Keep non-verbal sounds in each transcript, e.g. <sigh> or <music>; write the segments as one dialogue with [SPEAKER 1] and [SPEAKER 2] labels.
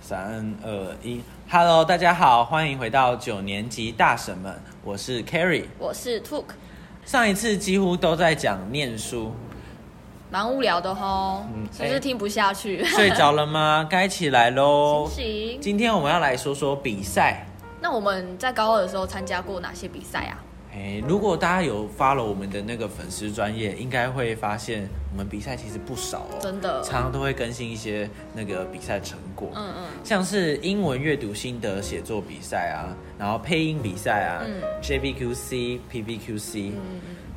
[SPEAKER 1] 三二一，Hello，大家好，欢迎回到九年级大神们，我是 Carry。
[SPEAKER 2] 我是 Took，
[SPEAKER 1] 上一次几乎都在讲念书，
[SPEAKER 2] 蛮无聊的吼，
[SPEAKER 1] 嗯
[SPEAKER 2] 是不是听不
[SPEAKER 1] <laughs>
[SPEAKER 2] 下去？
[SPEAKER 1] 睡着了
[SPEAKER 2] <laughs>
[SPEAKER 1] 吗？该起来喽。
[SPEAKER 2] 行
[SPEAKER 1] 今天我们要来说说比赛。
[SPEAKER 2] 那我们在高二的时候参加过哪些比赛啊？
[SPEAKER 1] 哎，如果大家有 follow 我们的那个粉丝专业，应该会发现我们比赛其实不少哦，
[SPEAKER 2] 真的
[SPEAKER 1] 常常都会更新一些那个比赛成果。
[SPEAKER 2] 嗯嗯，
[SPEAKER 1] 像是英文阅读心得写作比赛啊，然后配音比赛啊、
[SPEAKER 2] 嗯
[SPEAKER 1] j b q c PBQC，、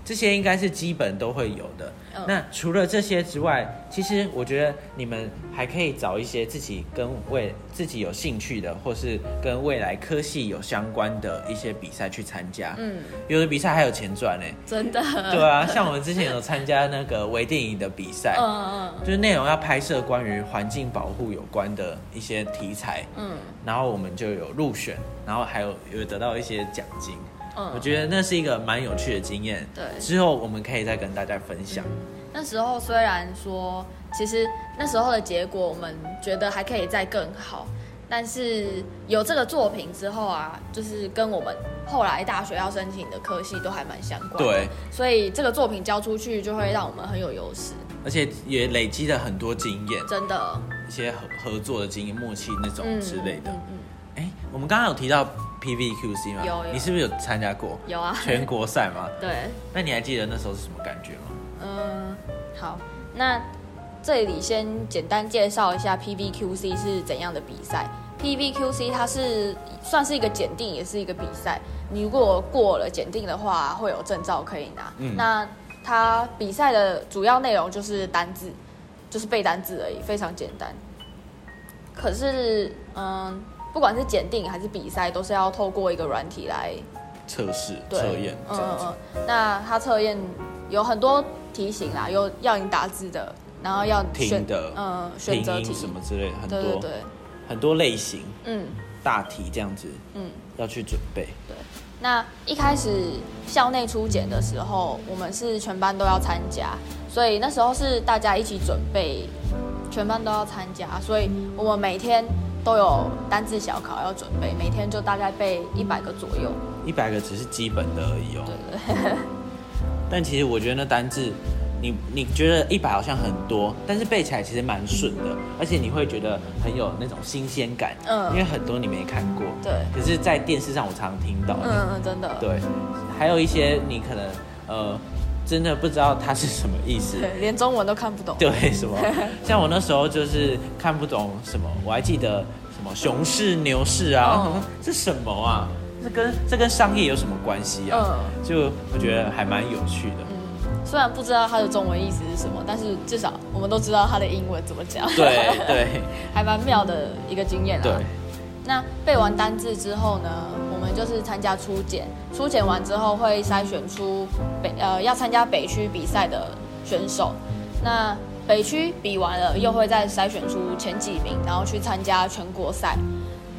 [SPEAKER 1] 这些应该是基本都会有的。
[SPEAKER 2] 嗯
[SPEAKER 1] 那除了这些之外，其实我觉得你们还可以找一些自己跟未自己有兴趣的，或是跟未来科系有相关的一些比赛去参加。
[SPEAKER 2] 嗯，
[SPEAKER 1] 有的比赛还有钱赚呢、欸
[SPEAKER 2] 真的。
[SPEAKER 1] 对啊，像我们之前有参加那个微电影的比赛，
[SPEAKER 2] 嗯嗯
[SPEAKER 1] 就是内容要拍摄关于环境保护有关的一些题材，
[SPEAKER 2] 嗯
[SPEAKER 1] 然后我们就有入选，然后还有有得到一些奖金。
[SPEAKER 2] 嗯，
[SPEAKER 1] 我觉得那是一个蛮有趣的经验。
[SPEAKER 2] 对
[SPEAKER 1] 之后我们可以再跟大家分享。
[SPEAKER 2] 那时候虽然说，其实那时候的结果我们觉得还可以再更好，但是有这个作品之后啊，就是跟我们后来大学要申请的科系都还蛮相关的，
[SPEAKER 1] 对，
[SPEAKER 2] 所以这个作品交出去就会让我们很有优势，
[SPEAKER 1] 而且也累积了很多经验，
[SPEAKER 2] 真的，
[SPEAKER 1] 一些合合作的经验、默契那种
[SPEAKER 2] 嗯
[SPEAKER 1] 之类的。
[SPEAKER 2] 嗯嗯
[SPEAKER 1] 哎、我们刚刚有提到 PVQC 吗？
[SPEAKER 2] 有有
[SPEAKER 1] 你是不是有参加
[SPEAKER 2] <laughs>
[SPEAKER 1] 过
[SPEAKER 2] 有啊，
[SPEAKER 1] 全国赛吗？
[SPEAKER 2] 对，
[SPEAKER 1] 那你还记得那时候是什么感觉吗？
[SPEAKER 2] 嗯，好，那这里先简单介绍一下 PVQC 是怎样的比赛。PVQC 它是算是一个检定，也是一个比赛。你如果过了检定的话，会有证照可以拿。
[SPEAKER 1] 嗯
[SPEAKER 2] 那它比赛的主要内容就是单字，就是背单字而已，非常简单。可是，嗯，不管是检定还是比赛，都是要透过一个软体来
[SPEAKER 1] 测试、
[SPEAKER 2] 对
[SPEAKER 1] 测验这
[SPEAKER 2] 嗯
[SPEAKER 1] 样子。
[SPEAKER 2] 嗯嗯。那它测验有很多题型啦，有要你打字的，然后要
[SPEAKER 1] 听
[SPEAKER 2] 选
[SPEAKER 1] 的
[SPEAKER 2] 嗯，选择
[SPEAKER 1] 拼
[SPEAKER 2] 题
[SPEAKER 1] 音什么之类的，很多
[SPEAKER 2] 对对对，
[SPEAKER 1] 很多类型
[SPEAKER 2] 嗯
[SPEAKER 1] 大题这样子
[SPEAKER 2] 嗯。
[SPEAKER 1] 要去准备。
[SPEAKER 2] 那一开始校内初检的时候，我们是全班都要参加，所以那时候是大家一起准备，全班都要参加，所以我们每天都有单字小考要准备，每天就大概背一百个左右。
[SPEAKER 1] 一百个只是基本的而已哦。
[SPEAKER 2] 对对对。 <laughs>
[SPEAKER 1] 但其实我觉得那单字，你你觉得一百好像很多，但是背起来其实蛮顺的，而且你会觉得很有那种新鲜感，
[SPEAKER 2] 嗯
[SPEAKER 1] 因为很多你没看过，
[SPEAKER 2] 对
[SPEAKER 1] 可是，在电视上我常听到的，
[SPEAKER 2] 嗯嗯，真的。
[SPEAKER 1] 对，还有一些你可能呃真的不知道它是什么意思，
[SPEAKER 2] 对，连中文都看不懂。
[SPEAKER 1] <laughs> 对，什么？
[SPEAKER 2] <laughs>
[SPEAKER 1] 像我那时候就是看不懂什么，我还记得什么熊市、牛市啊，
[SPEAKER 2] 嗯
[SPEAKER 1] <laughs> 这什么啊？这跟这跟商业有什么关系啊？
[SPEAKER 2] 嗯。
[SPEAKER 1] 就我觉得还蛮有趣的。
[SPEAKER 2] 嗯，虽然不知道它的中文意思是什么，但是至少我们都知道它的英文怎么讲。
[SPEAKER 1] 对对
[SPEAKER 2] <laughs> 还蛮妙的一个经验啦。啊
[SPEAKER 1] 对，
[SPEAKER 2] 那背完单字之后呢，我们就是参加初检，初检完之后会筛选出北呃要参加北区比赛的选手。那北区比完了，又会再筛选出前几名，然后去参加全国赛。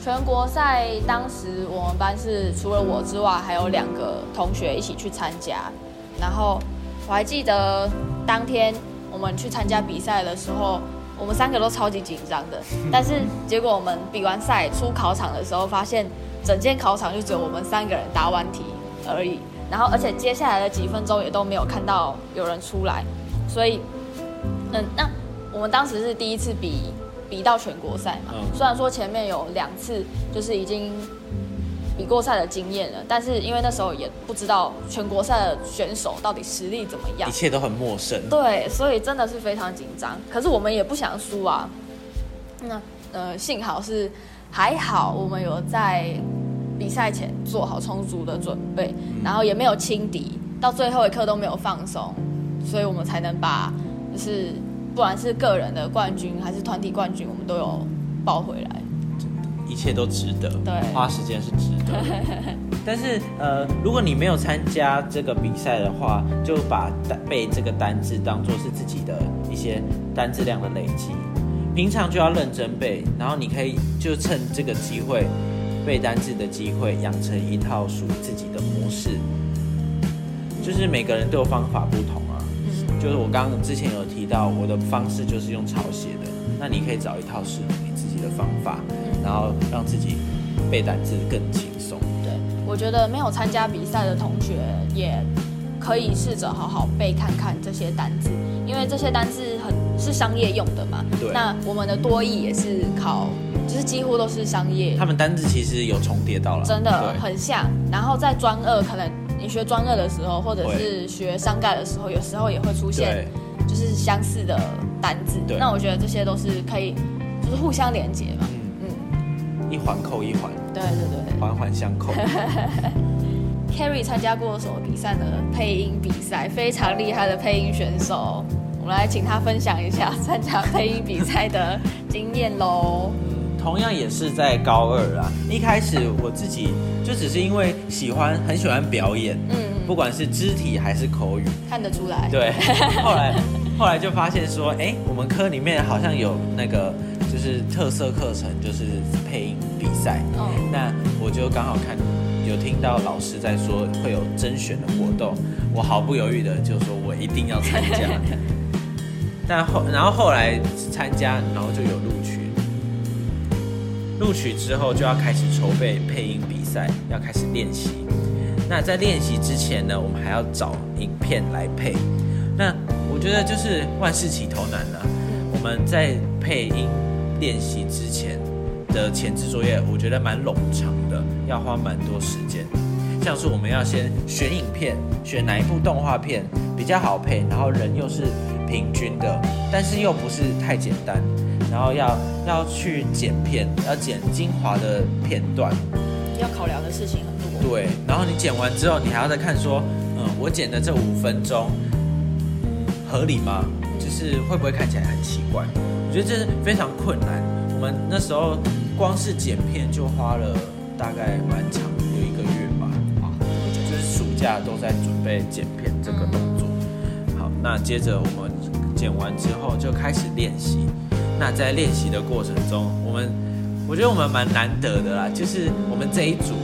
[SPEAKER 2] 全国赛当时我们班是除了我之外，还有两个同学一起去参加。然后我还记得当天我们去参加比赛的时候，我们三个都超级紧张的。但是结果我们比完赛出考场的时候，发现整间考场就只有我们三个人答完题而已。然后而且接下来的几分钟也都没有看到有人出来，所以嗯，那我们当时是第一次比比到全国赛嘛，
[SPEAKER 1] 嗯
[SPEAKER 2] 虽然说前面有两次就是已经比过赛的经验了，但是因为那时候也不知道全国赛的选手到底实力怎么样
[SPEAKER 1] 一，切都很陌生。
[SPEAKER 2] 对，所以真的是非常紧张。可是我们也不想输啊。那呃，幸好是还好，我们有在比赛前做好充足的准备，然后也没有轻敌，到最后一刻都没有放松，所以我们才能把就是不管是个人的冠军还是团体冠军，我们都有抱回来。
[SPEAKER 1] 一切都值得，
[SPEAKER 2] 对
[SPEAKER 1] 花时间是值得的。但是呃，如果你没有参加这个比赛的话，就把单背这个单字当做是自己的一些单字量的累积，平常就要认真背，然后你可以就趁这个机会背单字的机会，养成一套属于自己的模式。就是每个人都有方法不同啊，就是我刚刚之前有提到，我的方式就是用抄写的，那你可以找一套适合你自己己的方法，然后让自己背单字更轻松。
[SPEAKER 2] 对，我觉得没有参加比赛的同学也可以试着好好背看看这些单字，因为这些单字很是商业用的嘛。
[SPEAKER 1] 对
[SPEAKER 2] 那我们的多义也是考，就是几乎都是商业
[SPEAKER 1] 他，们单字其实有重叠到了，
[SPEAKER 2] 真的
[SPEAKER 1] 对
[SPEAKER 2] 很像。然后在专二，可能你学专二的时候，或者
[SPEAKER 1] 会
[SPEAKER 2] 是学商概的时候，有时候也会出现
[SPEAKER 1] 对
[SPEAKER 2] 就是相似的单字
[SPEAKER 1] 对。
[SPEAKER 2] 那我觉得这些都是可以，就是互相连接嘛。嗯，
[SPEAKER 1] 一环扣一环，
[SPEAKER 2] 对对对对。
[SPEAKER 1] 环环相
[SPEAKER 2] <laughs>
[SPEAKER 1] 扣。
[SPEAKER 2] Carrie 参加过什么比赛呢？配音比赛，非常厉害的配音选手。我们来请他分享一下参加配音比赛的经验喽。
[SPEAKER 1] 嗯同样也是在高二啊，一开始我自己就只是因为喜欢，很喜欢表演，
[SPEAKER 2] 嗯，
[SPEAKER 1] 不管是肢体还是口语，
[SPEAKER 2] <laughs> 看得出来。 <laughs>
[SPEAKER 1] 对，后来后来就发现说，哎、我们科里面好像有那个就是特色课程，就是配音比赛。
[SPEAKER 2] 嗯，
[SPEAKER 1] 那我就刚好看有听到老师在说会有甄选的活动，我毫不犹豫的就说我一定要参
[SPEAKER 2] <laughs>
[SPEAKER 1] 加。但后然后后来参加，然后就有录取。录取之后就要开始筹备配音比赛，要开始练习。那在练习之前呢，我们还要找影片来配。那我觉得就是万事起头难了、我们在配音练习之前的前置作业，我觉得蛮冗长的，要花蛮多时间。像是我们要先选影片，选哪一部动画片比较好配，然后人又是平均的，但是又不是太简单，然后要要去剪片，要剪精华的片段，
[SPEAKER 2] 要考量的事情很多。
[SPEAKER 1] 对，然后你剪完之后，你还要再看说，嗯，我剪的这五分钟合理吗？就是会不会看起来很奇怪？我觉得这是非常困难。我们那时候光是剪片就花了大概蛮长，有一个月吧，就是暑假都在准备剪片这个动作。好，那接着我们剪完之后就开始练习。那在练习的过程中，我们我觉得我们蛮难得的啦，就是我们这一组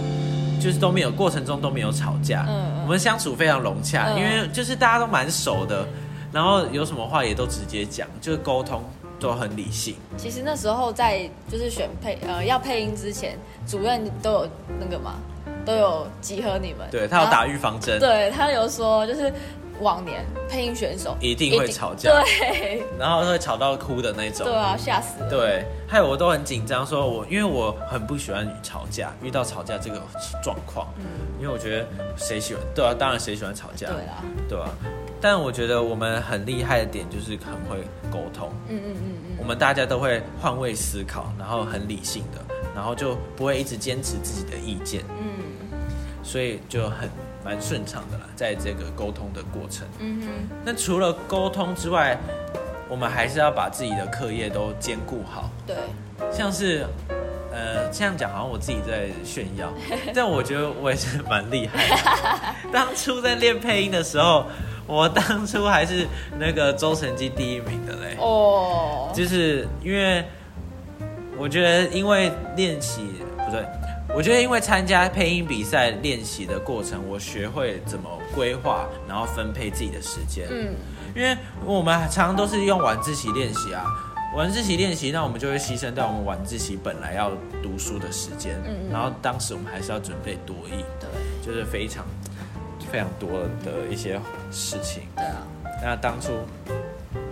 [SPEAKER 1] 就是都没有过程中都没有吵架，
[SPEAKER 2] 嗯嗯
[SPEAKER 1] 我们相处非常融洽，
[SPEAKER 2] 嗯
[SPEAKER 1] 因为就是大家都蛮熟的，然后有什么话也都直接讲，就是沟通都很理性。
[SPEAKER 2] 其实那时候在就是选配呃要配音之前，主任都有那个嘛，都有集合你们。
[SPEAKER 1] 对他有
[SPEAKER 2] 然后
[SPEAKER 1] 打预防针，
[SPEAKER 2] 对他有说就是往年配音选手
[SPEAKER 1] 一定会吵架
[SPEAKER 2] 对
[SPEAKER 1] 然后会吵到哭的那种
[SPEAKER 2] 对。啊，吓死了。
[SPEAKER 1] 对，害我都很紧张，说我因为我很不喜欢吵架，遇到吵架这个状况，因为我觉得谁喜欢，对啊，当然谁喜欢吵架，
[SPEAKER 2] 嗯对啦，
[SPEAKER 1] 对啊，但我觉得我们很厉害的点就是很会沟通，
[SPEAKER 2] 嗯嗯嗯嗯，
[SPEAKER 1] 我们大家都会换位思考，然后很理性的，然后就不会一直坚持自己的意见，嗯，所以就很蛮顺畅的啦，在这个沟通的过程，嗯那除了沟通之外，我们还是要把自己的课业都兼顾好。
[SPEAKER 2] 对，
[SPEAKER 1] 像是，呃，这样讲好像我自己在炫耀，但我觉得我也是蛮厉害的。当初在练配音的时候，我当初还是那个周成绩第一名的嘞，
[SPEAKER 2] 哦，
[SPEAKER 1] 就是因为我觉得因为练习不对。我觉得，因为参加配音比赛练习的过程，我学会怎么规划，然后分配自己的时间。
[SPEAKER 2] 嗯，
[SPEAKER 1] 因为我们常常都是用晚自习练习啊，晚自习练习，那我们就会牺牲掉我们晚自习本来要读书的时间。
[SPEAKER 2] 嗯嗯
[SPEAKER 1] 然后当时我们还是要准备多译，
[SPEAKER 2] 对，
[SPEAKER 1] 就是非常非常多的一些事情。
[SPEAKER 2] 对啊，
[SPEAKER 1] 那当初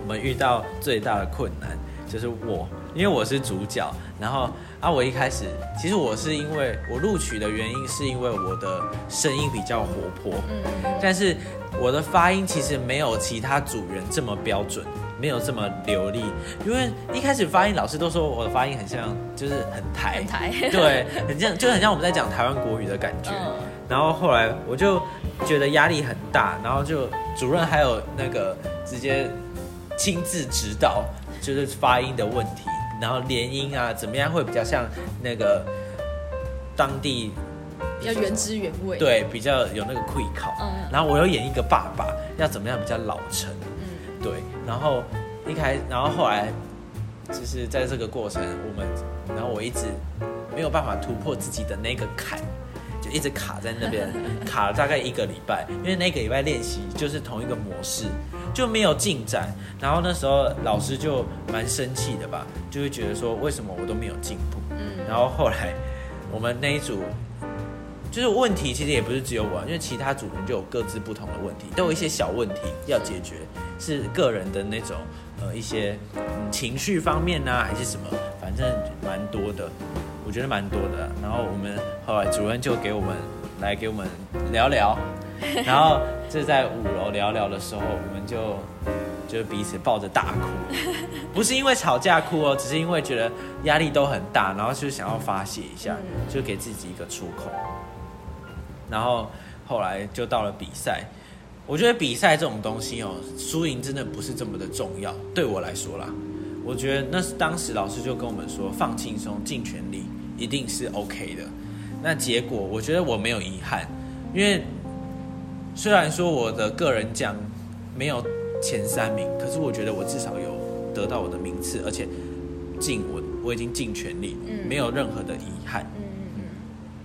[SPEAKER 1] 我们遇到最大的困难就是我，因为我是主角，然后啊，我一开始其实我是因为我录取的原因是因为我的声音比较活泼，
[SPEAKER 2] 嗯，
[SPEAKER 1] 但是我的发音其实没有其他组员这么标准，没有这么流利。因为一开始发音老师都说我的发音很像，就是很台
[SPEAKER 2] 很，台，
[SPEAKER 1] 对，很像，就很像我们在讲台湾国语的感觉。
[SPEAKER 2] <laughs> 嗯，
[SPEAKER 1] 然后后来我就觉得压力很大，然后就主任还有那个直接亲自指导，就是发音的问题，然后连音啊怎么样会比较像那个当地
[SPEAKER 2] 要原汁原味，，
[SPEAKER 1] 对，比较有那个愧考。
[SPEAKER 2] 嗯
[SPEAKER 1] 然后我又演一个爸爸，要怎么样比较老成？
[SPEAKER 2] 嗯，
[SPEAKER 1] 对，然后一开，然后后来就是在这个过程，我们，然后我一直没有办法突破自己的那个坎，就一直
[SPEAKER 2] <laughs>
[SPEAKER 1] 卡在那边，卡了大概一个礼拜，因为那个礼拜练习就是同一个模式，就没有进展。然后那时候老师就蛮生气的吧，就会觉得说为什么我都没有进步。
[SPEAKER 2] 嗯，
[SPEAKER 1] 然后后来我们那一组就是问题，其实也不是只有我啊，因为其他组员就有各自不同的问题，都有一些小问题要解决，是个人的那种呃一些、嗯情绪方面呢、还是什么，反正蛮多的，我觉得蛮多的啊。然后我们后来主任就给我们来给我们聊聊，然后就在五楼聊聊的时候，我们就。就彼此抱着大哭，不是因为吵架哭哦，只是因为觉得压力都很大，然后就想要发泄一下，就给自己一个出口。然后后来就到了比赛，我觉得比赛这种东西哦，输赢真的不是这么的重要，对我来说啦，我觉得那是当时老师就跟我们说，放轻松，尽全力，一定是 OK 的。那结果我觉得我没有遗憾，因为虽然说我的个人奖没有前三名，可是我觉得我至少有得到我的名次，而且尽我我已经尽全力，
[SPEAKER 2] 嗯
[SPEAKER 1] 没有任何的遗憾。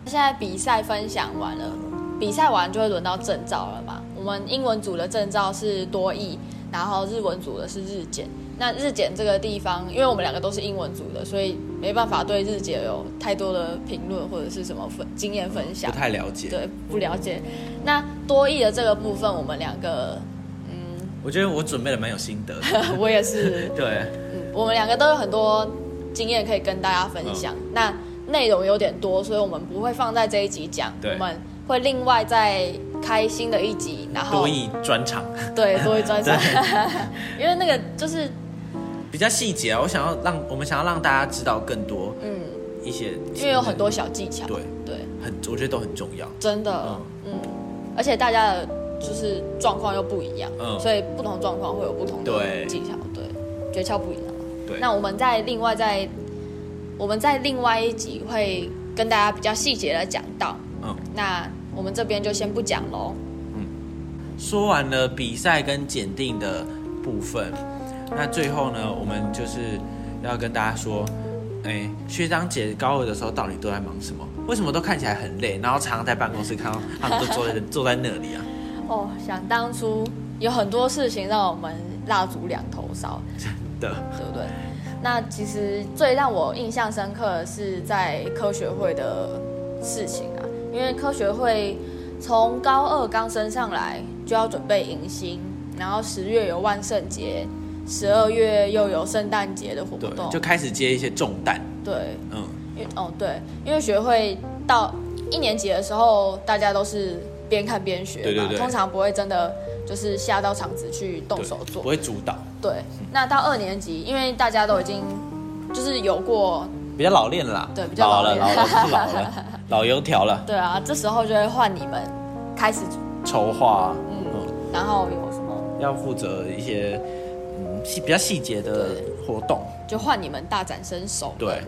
[SPEAKER 2] 现在比赛分享完了，比赛完就会轮到证照了嘛。我们英文组的证照是多译，然后日文组的是日检。那日检这个地方，因为我们两个都是英文组的，所以没办法对日检有太多的评论或者是什么分经验分享
[SPEAKER 1] 不。太了解，
[SPEAKER 2] 对，不了解。那多译的这个部分，我们两个， <laughs> 嗯，
[SPEAKER 1] 我觉得我准备的蛮有心得的。
[SPEAKER 2] 我也是，
[SPEAKER 1] 对，
[SPEAKER 2] 嗯，我们两个都有很多经验可以跟大家分享。
[SPEAKER 1] 嗯
[SPEAKER 2] 那内容有点多，所以我们不会放在这一集讲，
[SPEAKER 1] 对
[SPEAKER 2] 我们会另外再开新的一集，然后
[SPEAKER 1] 多益专场 <laughs>
[SPEAKER 2] 对多一专场， <laughs> 因为那个就是
[SPEAKER 1] 比较细节啊，我想要让我们想要让大家知道更多
[SPEAKER 2] 嗯，
[SPEAKER 1] 一些，
[SPEAKER 2] 因为有很多小技巧，
[SPEAKER 1] 对
[SPEAKER 2] 对，
[SPEAKER 1] 很，我觉得都很重要。
[SPEAKER 2] 真的，嗯，而且大家的就是状况又不一样，
[SPEAKER 1] 嗯
[SPEAKER 2] 所以不同状况会有不同的
[SPEAKER 1] 对
[SPEAKER 2] 技巧，对，诀窍不一样。
[SPEAKER 1] 对，
[SPEAKER 2] 那我们在另外在我们在另外一集会跟大家比较细节的讲到，
[SPEAKER 1] 嗯，
[SPEAKER 2] 那我们这边就先不讲喽。
[SPEAKER 1] 说完了比赛跟检定的部分，那最后呢，我们就是要跟大家说，哎，学长姐高二的时候到底都在忙什么？为什么都看起来很累，然后常常在办公室看
[SPEAKER 2] <laughs>
[SPEAKER 1] 到他们都坐在坐在那里啊？
[SPEAKER 2] 哦，想当初有很多事情让我们蜡烛两头烧，
[SPEAKER 1] 的，
[SPEAKER 2] 对不对？那其实最让我印象深刻的是在科学会的事情啊，因为科学会从高二刚升上来就要准备迎新，然后十月有万圣节，十二月又有圣诞节的活
[SPEAKER 1] 对
[SPEAKER 2] 动，，
[SPEAKER 1] 就开始接一些重担，
[SPEAKER 2] 对，
[SPEAKER 1] 嗯，
[SPEAKER 2] 因为哦对，因为学会到一年级的时候，大家都是边看边学嘛，
[SPEAKER 1] 对对对
[SPEAKER 2] 通常不会真的就是下到场子去动
[SPEAKER 1] 对
[SPEAKER 2] 手做
[SPEAKER 1] 不。会主导，
[SPEAKER 2] 对，那到二年级，因为大家都已经就是有过，
[SPEAKER 1] 比较老练了啦，
[SPEAKER 2] 对比较
[SPEAKER 1] 老
[SPEAKER 2] 老
[SPEAKER 1] 了，
[SPEAKER 2] 练
[SPEAKER 1] 老了，不是老
[SPEAKER 2] <laughs>
[SPEAKER 1] 了，老油条了，
[SPEAKER 2] 对啊，这时候就会换你们开始，
[SPEAKER 1] 筹划，
[SPEAKER 2] 嗯
[SPEAKER 1] 嗯，
[SPEAKER 2] 然后有什么
[SPEAKER 1] 要负责一些嗯细比较细节的活动，
[SPEAKER 2] 就换你们大展身手。
[SPEAKER 1] 对，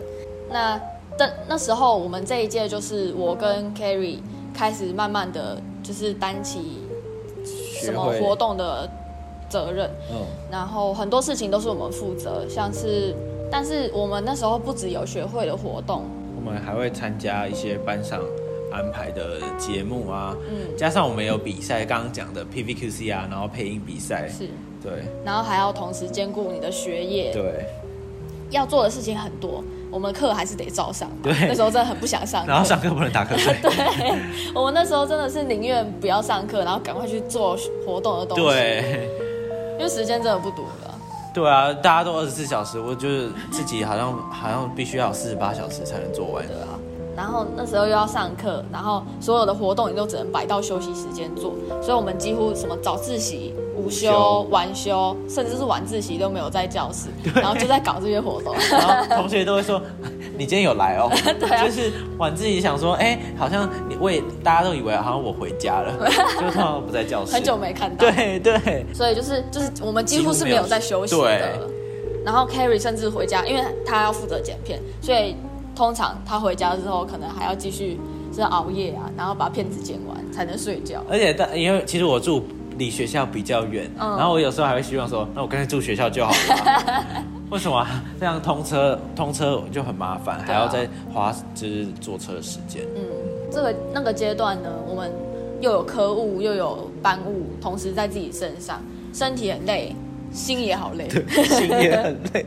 [SPEAKER 2] 那但那时候我们这一届就是我跟 Carrie 开始慢慢的就是担起什
[SPEAKER 1] 学
[SPEAKER 2] 么
[SPEAKER 1] 会
[SPEAKER 2] 活动的责任，
[SPEAKER 1] 嗯，
[SPEAKER 2] 然后很多事情都是我们负责，像是但是我们那时候不只有学会的活动，
[SPEAKER 1] 我们还会参加一些班上安排的节目啊，
[SPEAKER 2] 嗯，
[SPEAKER 1] 加上我们有比赛，刚刚讲的 PVQC 啊，然后配音比赛，
[SPEAKER 2] 是，
[SPEAKER 1] 对
[SPEAKER 2] 然后还要同时兼顾你的学业，
[SPEAKER 1] 对，
[SPEAKER 2] 要做的事情很多，我们课还是得照上嘛。
[SPEAKER 1] 对
[SPEAKER 2] 那时候真的很不想上课。
[SPEAKER 1] 然后上课不能打瞌睡，
[SPEAKER 2] <laughs> 对，我们那时候真的是宁愿不要上课，然后赶快去做活动的东西。，
[SPEAKER 1] 对
[SPEAKER 2] 因为时间真的不đủ了。
[SPEAKER 1] 对啊，大家都二十四小时，我觉得自己好像好像必须要有四十八小时才能做完
[SPEAKER 2] 对，啊。然后那时候又要上课，然后所有的活动你都只能摆到休息时间做，所以我们几乎什么早自习、午休、
[SPEAKER 1] 午休
[SPEAKER 2] 晚休，甚至是晚自习都没有在教室，然后就在搞这些活动。
[SPEAKER 1] 然后同学都会说。 <laughs> 你今天有来哦，
[SPEAKER 2] <laughs> 对啊
[SPEAKER 1] 就是晚自己想说，哎、好像你我也大家都以为好像我回家
[SPEAKER 2] <laughs>
[SPEAKER 1] 了，就通常都不在教室，
[SPEAKER 2] 很久没看到，
[SPEAKER 1] 对对，
[SPEAKER 2] 所以就是就是我们几乎是没有在休息
[SPEAKER 1] 几乎没
[SPEAKER 2] 的
[SPEAKER 1] 有。
[SPEAKER 2] 然后 Carrie 甚至回家，因为他要负责剪片，所以通常他回家之后可能还要继续是熬夜啊，然后把片子剪完才能睡觉。
[SPEAKER 1] 而且但因为其实我住离学校比较远，
[SPEAKER 2] 嗯
[SPEAKER 1] 然后我有时候还会希望说，那我干脆住学校就好了啊、
[SPEAKER 2] <laughs>
[SPEAKER 1] 为什么啊、这样通车通车就很麻烦，还
[SPEAKER 2] 对啊
[SPEAKER 1] 要再花就是坐车的时间？
[SPEAKER 2] 嗯，这个那个阶段呢，我们又有科务又有班务，同时在自己身上，身体很累，心也好累。
[SPEAKER 1] 心也很累。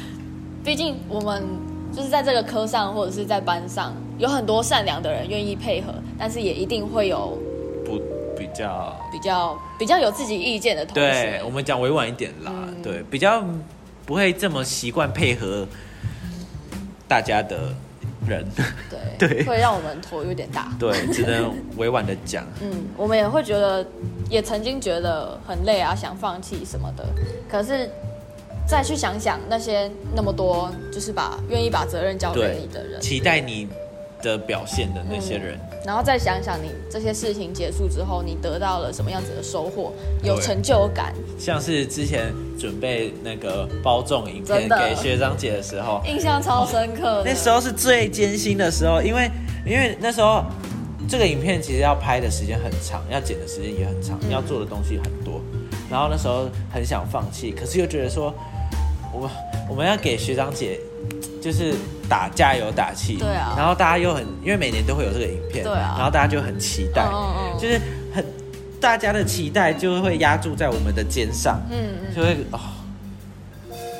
[SPEAKER 1] <laughs>
[SPEAKER 2] 毕竟我们就是在这个科上或者是在班上，有很多善良的人愿意配合，但是也一定会有
[SPEAKER 1] 不比较，
[SPEAKER 2] 比较比较有自己意见的同
[SPEAKER 1] 对
[SPEAKER 2] 学。
[SPEAKER 1] 我们讲委婉一点啦，
[SPEAKER 2] 嗯
[SPEAKER 1] 对，比较不会这么习惯配合大家的人， <laughs>
[SPEAKER 2] 对
[SPEAKER 1] 对
[SPEAKER 2] 会让我们头有点大。
[SPEAKER 1] 对，只能委婉的讲。
[SPEAKER 2] 嗯，我们也会觉得，也曾经觉得很累啊，想放弃什么的。可是再去想想那些那么多，就是把愿意把责任交给
[SPEAKER 1] 对
[SPEAKER 2] 你的人，
[SPEAKER 1] 期待你的表现的那些人，
[SPEAKER 2] 然后再想想你这些事情结束之后，你得到了什么样子的收获，
[SPEAKER 1] 对
[SPEAKER 2] 有成就感，
[SPEAKER 1] 像是之前准备那个包粽影片
[SPEAKER 2] 真的
[SPEAKER 1] 给学长姐的时候，
[SPEAKER 2] 印象超深刻的。
[SPEAKER 1] <laughs> 那时候是最艰辛的时候，因为因为那时候这个影片其实要拍的时间很长，要剪的时间也很长，
[SPEAKER 2] 嗯
[SPEAKER 1] 要做的东西很多，然后那时候很想放弃，可是又觉得说，我我们要给学长姐就是打加油打气，
[SPEAKER 2] 对啊
[SPEAKER 1] 然后大家又很因为每年都会有这个影片，
[SPEAKER 2] 对啊
[SPEAKER 1] 然后大家就很期待，
[SPEAKER 2] 嗯嗯嗯
[SPEAKER 1] 就是很大家的期待就会压注在我们的肩上，
[SPEAKER 2] 嗯嗯，
[SPEAKER 1] 就会哦，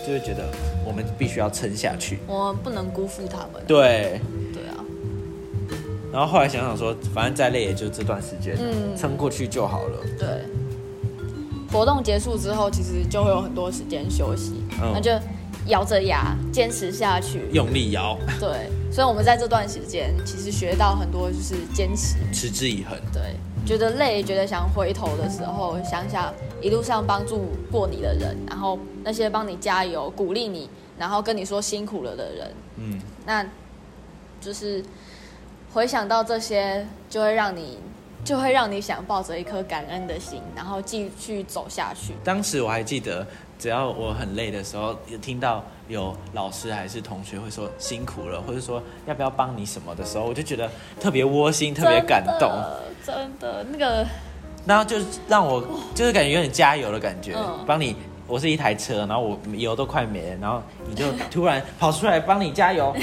[SPEAKER 1] 就会觉得我们必须要撑下去，
[SPEAKER 2] 我们不能辜负他们。
[SPEAKER 1] 对。
[SPEAKER 2] 对啊，
[SPEAKER 1] 然后后来想想说，反正再累也就这段时间，
[SPEAKER 2] 嗯
[SPEAKER 1] 撑过去就好了。
[SPEAKER 2] 对。活动结束之后，其实就会有很多时间休息，
[SPEAKER 1] 嗯
[SPEAKER 2] 那就咬着牙坚持下去。
[SPEAKER 1] 用力摇，
[SPEAKER 2] 对，所以我们在这段时间其实学到很多，就是坚持。
[SPEAKER 1] 持之以恒。
[SPEAKER 2] 对，觉得累，觉得想回头的时候，想想一路上帮助过你的人，然后那些帮你加油、鼓励你，然后跟你说辛苦了的人，
[SPEAKER 1] 嗯，
[SPEAKER 2] 那就是回想到这些，就会让你就会让你想抱着一颗感恩的心，然后继续走下去。
[SPEAKER 1] 当时我还记得，只要我很累的时候，有听到有老师还是同学会说辛苦了，或者说要不要帮你什么的时候，我就觉得特别窝心，特别感动。
[SPEAKER 2] 真的，真的那个
[SPEAKER 1] 然后就让我就是感觉有点加油的感觉
[SPEAKER 2] 嗯，
[SPEAKER 1] 帮你。我是一台车，然后我油都快没了，然后你就突然跑出来帮你加油，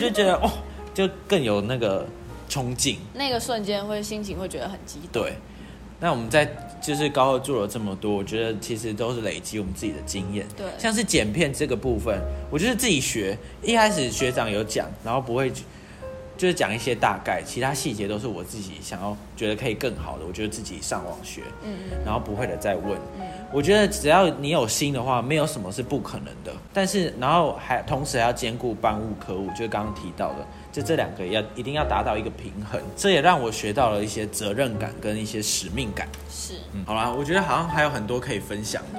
[SPEAKER 1] 就觉得哦，就更有那个冲劲。
[SPEAKER 2] 那个瞬间会心情会觉得很激动。
[SPEAKER 1] 对，那我们在就是高二做了这么多，我觉得其实都是累积我们自己的经验。
[SPEAKER 2] 对
[SPEAKER 1] 像是剪片这个部分，我就是自己学，一开始学长有讲，然后不会去，就是讲一些大概，其他细节都是我自己想要觉得可以更好的，我觉得自己上网学，
[SPEAKER 2] 嗯
[SPEAKER 1] 然后不会的再问。我觉得只要你有心的话，没有什么是不可能的。但是，然后还同时还要兼顾班务科务，就是刚刚提到的，就这两个要一定要达到一个平衡。这也让我学到了一些责任感跟一些使命感。
[SPEAKER 2] 是。
[SPEAKER 1] 嗯，好啦，我觉得好像还有很多可以分享的，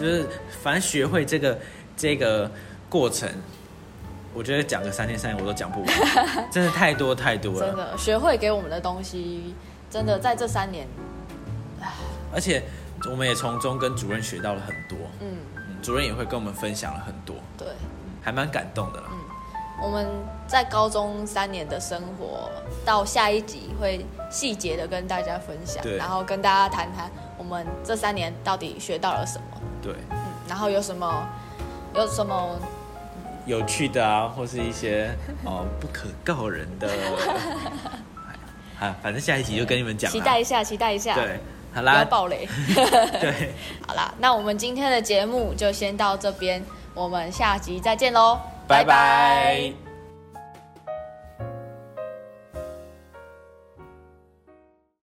[SPEAKER 1] 就是反正学会这个这个过程，我觉得讲个三天三夜我都讲不完，真的太多太多
[SPEAKER 2] <laughs> 真
[SPEAKER 1] 了。
[SPEAKER 2] 的，学会给我们的东西，真的在这三年，
[SPEAKER 1] 而且我们也从中跟主任学到了很多，
[SPEAKER 2] 嗯，
[SPEAKER 1] 嗯主任也会跟我们分享了很多，
[SPEAKER 2] 对，
[SPEAKER 1] 还蛮感动的啦。
[SPEAKER 2] 我们在高中三年的生活，到下一集会细节的跟大家分享
[SPEAKER 1] 对，
[SPEAKER 2] 然后跟大家谈谈我们这三年到底学到了什么，
[SPEAKER 1] 对，
[SPEAKER 2] 嗯，然后有什么，有什么，
[SPEAKER 1] 有趣的啊，或是一些哦不可告人的，
[SPEAKER 2] <laughs>
[SPEAKER 1] 啊，反正下一集就跟你们讲啦。
[SPEAKER 2] 期待一下，期待一下，
[SPEAKER 1] 对，好
[SPEAKER 2] 不要
[SPEAKER 1] 啦，
[SPEAKER 2] 暴雷。 <laughs>
[SPEAKER 1] 对，
[SPEAKER 2] 好啦，那我们今天的节目就先到这边，我们下集再见喽，
[SPEAKER 1] 拜拜